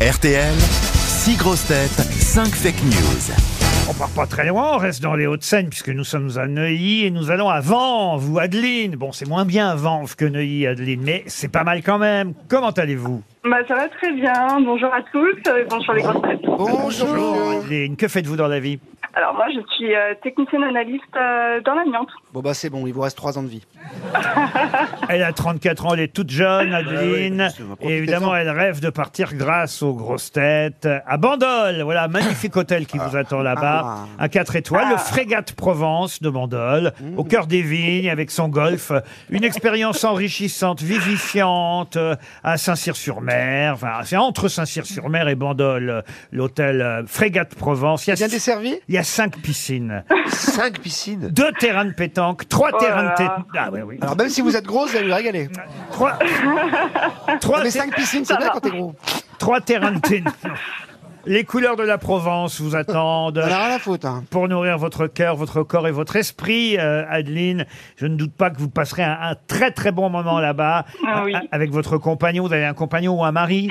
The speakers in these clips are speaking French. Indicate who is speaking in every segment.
Speaker 1: RTL, 6 grosses têtes, 5 fake news.
Speaker 2: On part pas très loin, on reste dans les Hauts-de-Seine puisque nous sommes à Neuilly et nous allons à Vanves ou Adeline. Bon, c'est moins bien Vanves que Neuilly, Adeline, mais c'est pas mal quand même. Comment allez-vous
Speaker 3: Bah, ça va très bien. Bonjour à tous. euh, Bonjour les grosses têtes.
Speaker 2: Bonjour Adeline, que faites-vous dans la vie
Speaker 3: Alors moi, je suis euh, technicienne analyste euh, dans l'amiante.
Speaker 4: Bon bah c'est bon, il vous reste 3 ans de vie.
Speaker 2: Elle a 34 ans, elle est toute jeune, Adeline.
Speaker 4: oui,
Speaker 2: et évidemment, elle rêve de partir grâce aux grosses têtes à Bandol. Voilà, un magnifique hôtel qui vous attend là-bas. À 4 étoiles, le Frégate Provence de Bandol, au cœur des vignes, avec son golf. Une expérience enrichissante, vivifiante, euh, à Saint-Cyr-sur-Mer. Enfin, c'est entre Saint-Cyr-sur-Mer et Bandol, euh, l'hôtel euh, Frégate Provence. Il y,
Speaker 4: Bien
Speaker 2: a,
Speaker 4: desservi
Speaker 2: il y a cinq piscines,
Speaker 4: 5 piscines.
Speaker 2: deux terrains de pétanque, trois
Speaker 3: Oh là
Speaker 2: terrains de
Speaker 3: là.
Speaker 2: pétanque. Ah, ouais, oui.
Speaker 4: Alors même si vous êtes grosse, vous allez vous régaler.
Speaker 2: Trois, trois,
Speaker 4: Mais
Speaker 2: ter-
Speaker 4: 5 piscines, c'est bien quand t'es gros.
Speaker 2: trois terrains de tennis. Les couleurs de la Provence vous attendent.
Speaker 4: On a rien à foutre. Hein.
Speaker 2: Pour nourrir votre cœur, votre corps et votre esprit, euh, Adeline, je ne doute pas que vous passerez un, un très très bon moment là-bas
Speaker 3: Ah
Speaker 2: A-
Speaker 3: oui.
Speaker 2: a- avec votre compagnon. Vous avez un compagnon ou un mari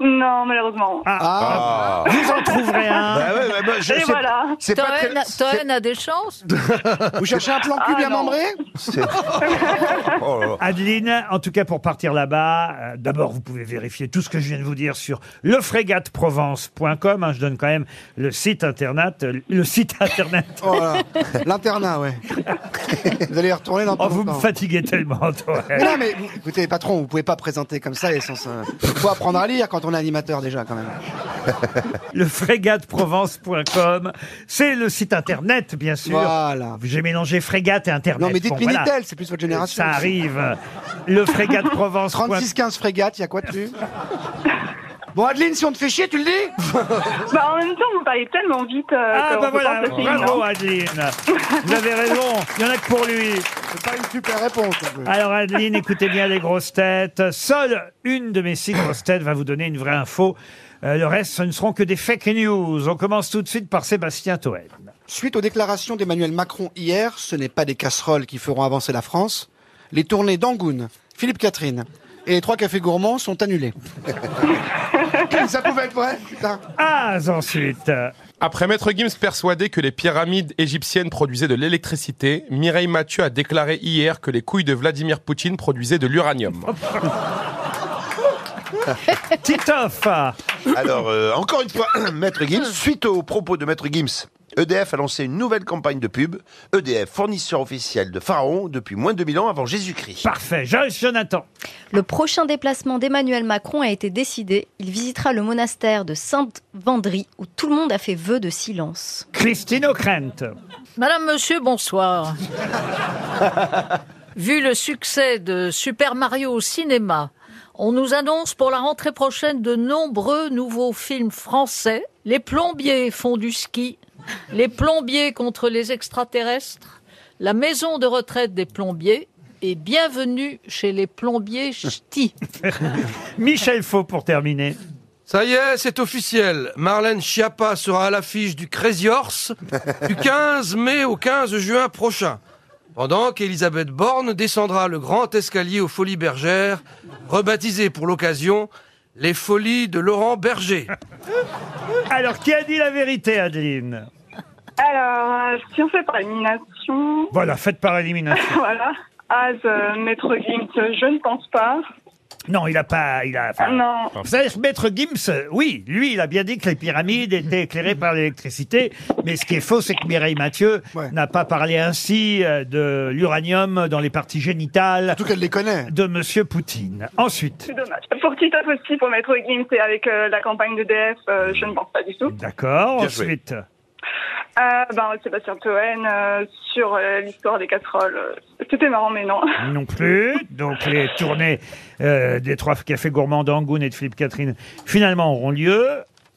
Speaker 3: Non, malheureusement.
Speaker 2: Ah,
Speaker 5: Ah.
Speaker 2: Vous en trouverez un.
Speaker 5: Bah ouais, bah, bah, je
Speaker 3: Et
Speaker 5: sais-
Speaker 3: voilà.
Speaker 5: C'est pas très-
Speaker 6: Toen, Toen a des chances
Speaker 4: Vous cherchez un plan cul
Speaker 3: Ah,
Speaker 4: bien
Speaker 3: non.
Speaker 4: membré
Speaker 5: Oh là là.
Speaker 2: Adeline, en tout cas pour partir là-bas, euh, d'abord vous pouvez vérifier tout ce que je viens de vous dire sur lefrégateprovence.com. hein, je donne quand même le site internet, euh, le site internet.
Speaker 4: Oh, là. L'internat, ouais. vous allez y retourner dans
Speaker 2: Oh,
Speaker 4: pas
Speaker 2: vous me
Speaker 4: longtemps.
Speaker 2: fatiguez tellement, toi.
Speaker 4: Mais non mais vous- écoutez patron, vous pouvez pas présenter comme ça et sans ça. Faut apprendre à lire quand on est animateur déjà quand même.
Speaker 2: Le frégateprovence.com, c'est le site internet, bien sûr.
Speaker 4: Voilà.
Speaker 2: J'ai mélangé frégate et internet.
Speaker 4: Non mais dites
Speaker 2: Bon,
Speaker 4: Minitel,
Speaker 2: voilà.
Speaker 4: c'est plus votre génération.
Speaker 2: Ça arrive. Le frégateprovence.
Speaker 4: 36 15 frégate, il y a quoi dessus Bon Adeline, si on te fait chier, tu le dis
Speaker 3: Bah, en même temps, vous parlez tellement vite. euh,
Speaker 2: Ah
Speaker 3: qu'on
Speaker 2: bah
Speaker 3: peut
Speaker 2: voilà,
Speaker 3: pas hein. passer une
Speaker 2: bravo
Speaker 3: heure.
Speaker 2: Adeline. Vous avez raison, il y en a que pour lui.
Speaker 4: C'est pas une super réponse. en plus.
Speaker 2: Alors Adeline, écoutez bien les grosses têtes. Seule une de mes six grosses têtes va vous donner une vraie info. Euh, le reste, ce ne seront que des fake news. On commence tout de suite par Sébastien Toen.
Speaker 4: Suite aux déclarations d'Emmanuel Macron hier, ce n'est pas des casseroles qui feront avancer la France. Les tournées d'Angoune, Philippe Catherine et les trois cafés gourmands sont annulés. Ça pouvait être vrai putain.
Speaker 2: Ah, ensuite.
Speaker 7: Après Maître Gims persuadé que les pyramides égyptiennes produisaient de l'électricité, Mireille Mathieu a déclaré hier que les couilles de Vladimir Poutine produisaient de l'uranium.
Speaker 2: Titoff.
Speaker 5: Alors, euh, encore une fois, Maître Gims, suite aux propos de Maître Gims, EDF a lancé une nouvelle campagne de pub. EDF, fournisseur officiel de Pharaon depuis moins de 2000 ans avant Jésus-Christ.
Speaker 2: Parfait. Joyce Jonathan.
Speaker 8: Le prochain déplacement d'Emmanuel Macron a été décidé. Il visitera le monastère de Sainte-Vendry, où tout le monde a fait vœu de silence.
Speaker 2: Christine O'Krent.
Speaker 6: Madame, monsieur, bonsoir. Vu le succès de Super Mario au cinéma, on nous annonce pour la rentrée prochaine de nombreux nouveaux films français. Les plombiers font du ski, les plombiers contre les extraterrestres, la maison de retraite des plombiers et bienvenue chez les plombiers ch'tis.
Speaker 2: Michel Faux pour terminer.
Speaker 9: Ça y est, c'est officiel. Marlène Schiappa sera à l'affiche du Crazy Horse du 15 mai au 15 juin prochain. Pendant qu'Elisabeth Borne descendra le grand escalier aux Folies Bergères, rebaptisé pour l'occasion les Folies de Laurent Berger.
Speaker 2: Alors, qui a dit la vérité, Adeline
Speaker 3: Alors, euh, si on fait par élimination,
Speaker 2: Voilà, faites par élimination.
Speaker 3: voilà. Az, euh, Maître Gims, je ne pense pas.
Speaker 2: Non, il a pas. Il a, enfin,
Speaker 3: Non.
Speaker 2: Vous savez, Maître Gims, euh, oui, lui, il a bien dit que les pyramides étaient éclairées par l'électricité, mais ce qui est faux, c'est que Mireille Mathieu
Speaker 4: Ouais.
Speaker 2: n'a pas parlé ainsi euh, de l'uranium dans les parties génitales
Speaker 4: En tout cas, elle les connaît.
Speaker 2: de Monsieur Poutine. Ensuite,
Speaker 3: C'est dommage. Pour Tito aussi, pour Maître Gims et avec euh, la campagne d'EDF, euh, je ne pense pas du tout.
Speaker 2: d'accord,
Speaker 5: Bien joué.
Speaker 2: ensuite,
Speaker 3: Euh, ben, Sébastien Toen euh, sur euh, l'histoire des casseroles. euh, C'était marrant, mais non.
Speaker 2: non plus. Donc, les tournées euh, des trois cafés gourmands d'Angoune et de Philippe Catherine, finalement, auront lieu.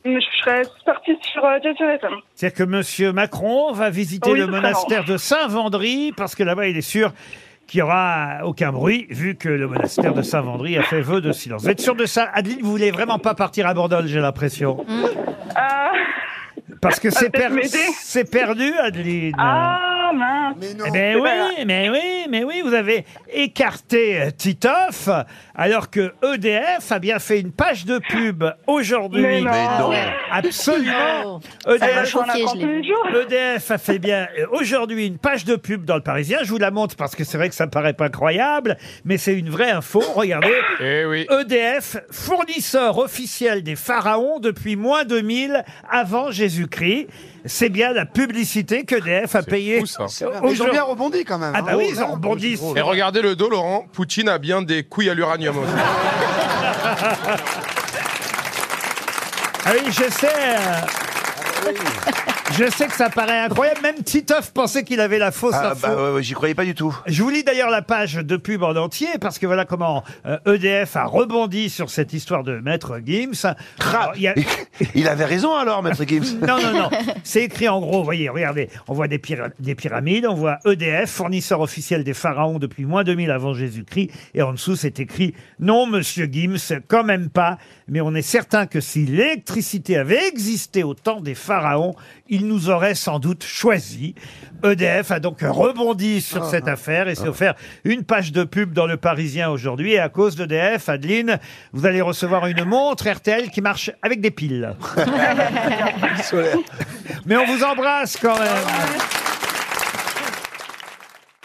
Speaker 3: Mais Je serais partie sur euh, Jason Statham.
Speaker 2: C'est-à-dire que Monsieur Macron va visiter
Speaker 3: Oui,
Speaker 2: le
Speaker 3: vraiment.
Speaker 2: monastère de Saint-Vendry parce que là-bas, il est sûr qu'il n'y aura aucun bruit vu que le monastère de Saint-Vendry a fait vœu de silence. Vous êtes sûr de ça Adeline, vous voulez vraiment pas partir à Bordeaux, j'ai l'impression.
Speaker 3: Ah,
Speaker 2: Parce que c'est
Speaker 3: peut-être
Speaker 2: per-
Speaker 3: m'aider.
Speaker 2: c'est perdu, Adeline.
Speaker 3: Mm. ah, mince. rien.
Speaker 10: Mais non.
Speaker 2: Eh ben
Speaker 3: C'est
Speaker 2: oui,
Speaker 3: pas grave.
Speaker 2: mais oui, mais oui, vous avez écarté euh, Titoff, alors que EDF a bien fait une page de pub
Speaker 3: Mais
Speaker 2: aujourd'hui.
Speaker 3: non. Mais
Speaker 5: non.
Speaker 2: Absolument. E
Speaker 3: Eh ben,
Speaker 2: EDF,
Speaker 3: je vous en
Speaker 8: Chauffier,
Speaker 3: apprends
Speaker 8: je l'ai
Speaker 3: tous les
Speaker 8: vu.
Speaker 3: jours.
Speaker 2: EDF a fait bien euh, aujourd'hui une page de pub dans le Parisien. Je vous la montre parce que c'est vrai que ça paraît pas croyable, mais c'est une vraie info. Regardez.
Speaker 7: Eh oui.
Speaker 2: EDF, fournisseur officiel des pharaons depuis moins de 1000 avant Jésus-Christ. C'est bien la publicité qu'EDF a
Speaker 7: C'est
Speaker 2: payée.
Speaker 7: fou, ça.
Speaker 4: Mais Ils ont
Speaker 2: Aujourd'hui-
Speaker 4: bien rebondi quand même.
Speaker 2: Ah bah oui,
Speaker 4: Oh,
Speaker 2: ils
Speaker 4: là,
Speaker 2: ont rebondi.
Speaker 4: c'est drôle.
Speaker 7: Et regardez le dos, Laurent. Poutine a bien des couilles à l'uranium aussi.
Speaker 2: Ah oui, je sais. euh,
Speaker 4: Ah
Speaker 2: Je sais que ça paraît incroyable. Même Titoff pensait qu'il avait la fausse
Speaker 5: Ah
Speaker 2: info.
Speaker 5: bah ouais, ouais, j'y croyais pas du tout.
Speaker 2: Je vous lis d'ailleurs la page de pub en entier parce que voilà comment euh, EDF a rebondi sur cette histoire de Maître Gims. Alors, il y a-
Speaker 5: Il avait raison alors, Maître Gims.
Speaker 2: Non, non, non. C'est écrit en gros, voyez, regardez. On voit des, pyra- des pyramides, on voit EDF, fournisseur officiel des pharaons depuis moins 2000 avant Jésus-Christ. Et en dessous, c'est écrit Non, monsieur Gims, quand même pas. Mais on est certain que si l'électricité avait existé au temps des pharaons, il nous aurait sans doute choisi. EDF a donc rebondi sur cette affaire et s'est offert une page de pub dans le Parisien aujourd'hui. Et à cause d'EDF, Adeline, vous allez recevoir une montre RTL qui marche avec des piles. Mais on vous embrasse quand même.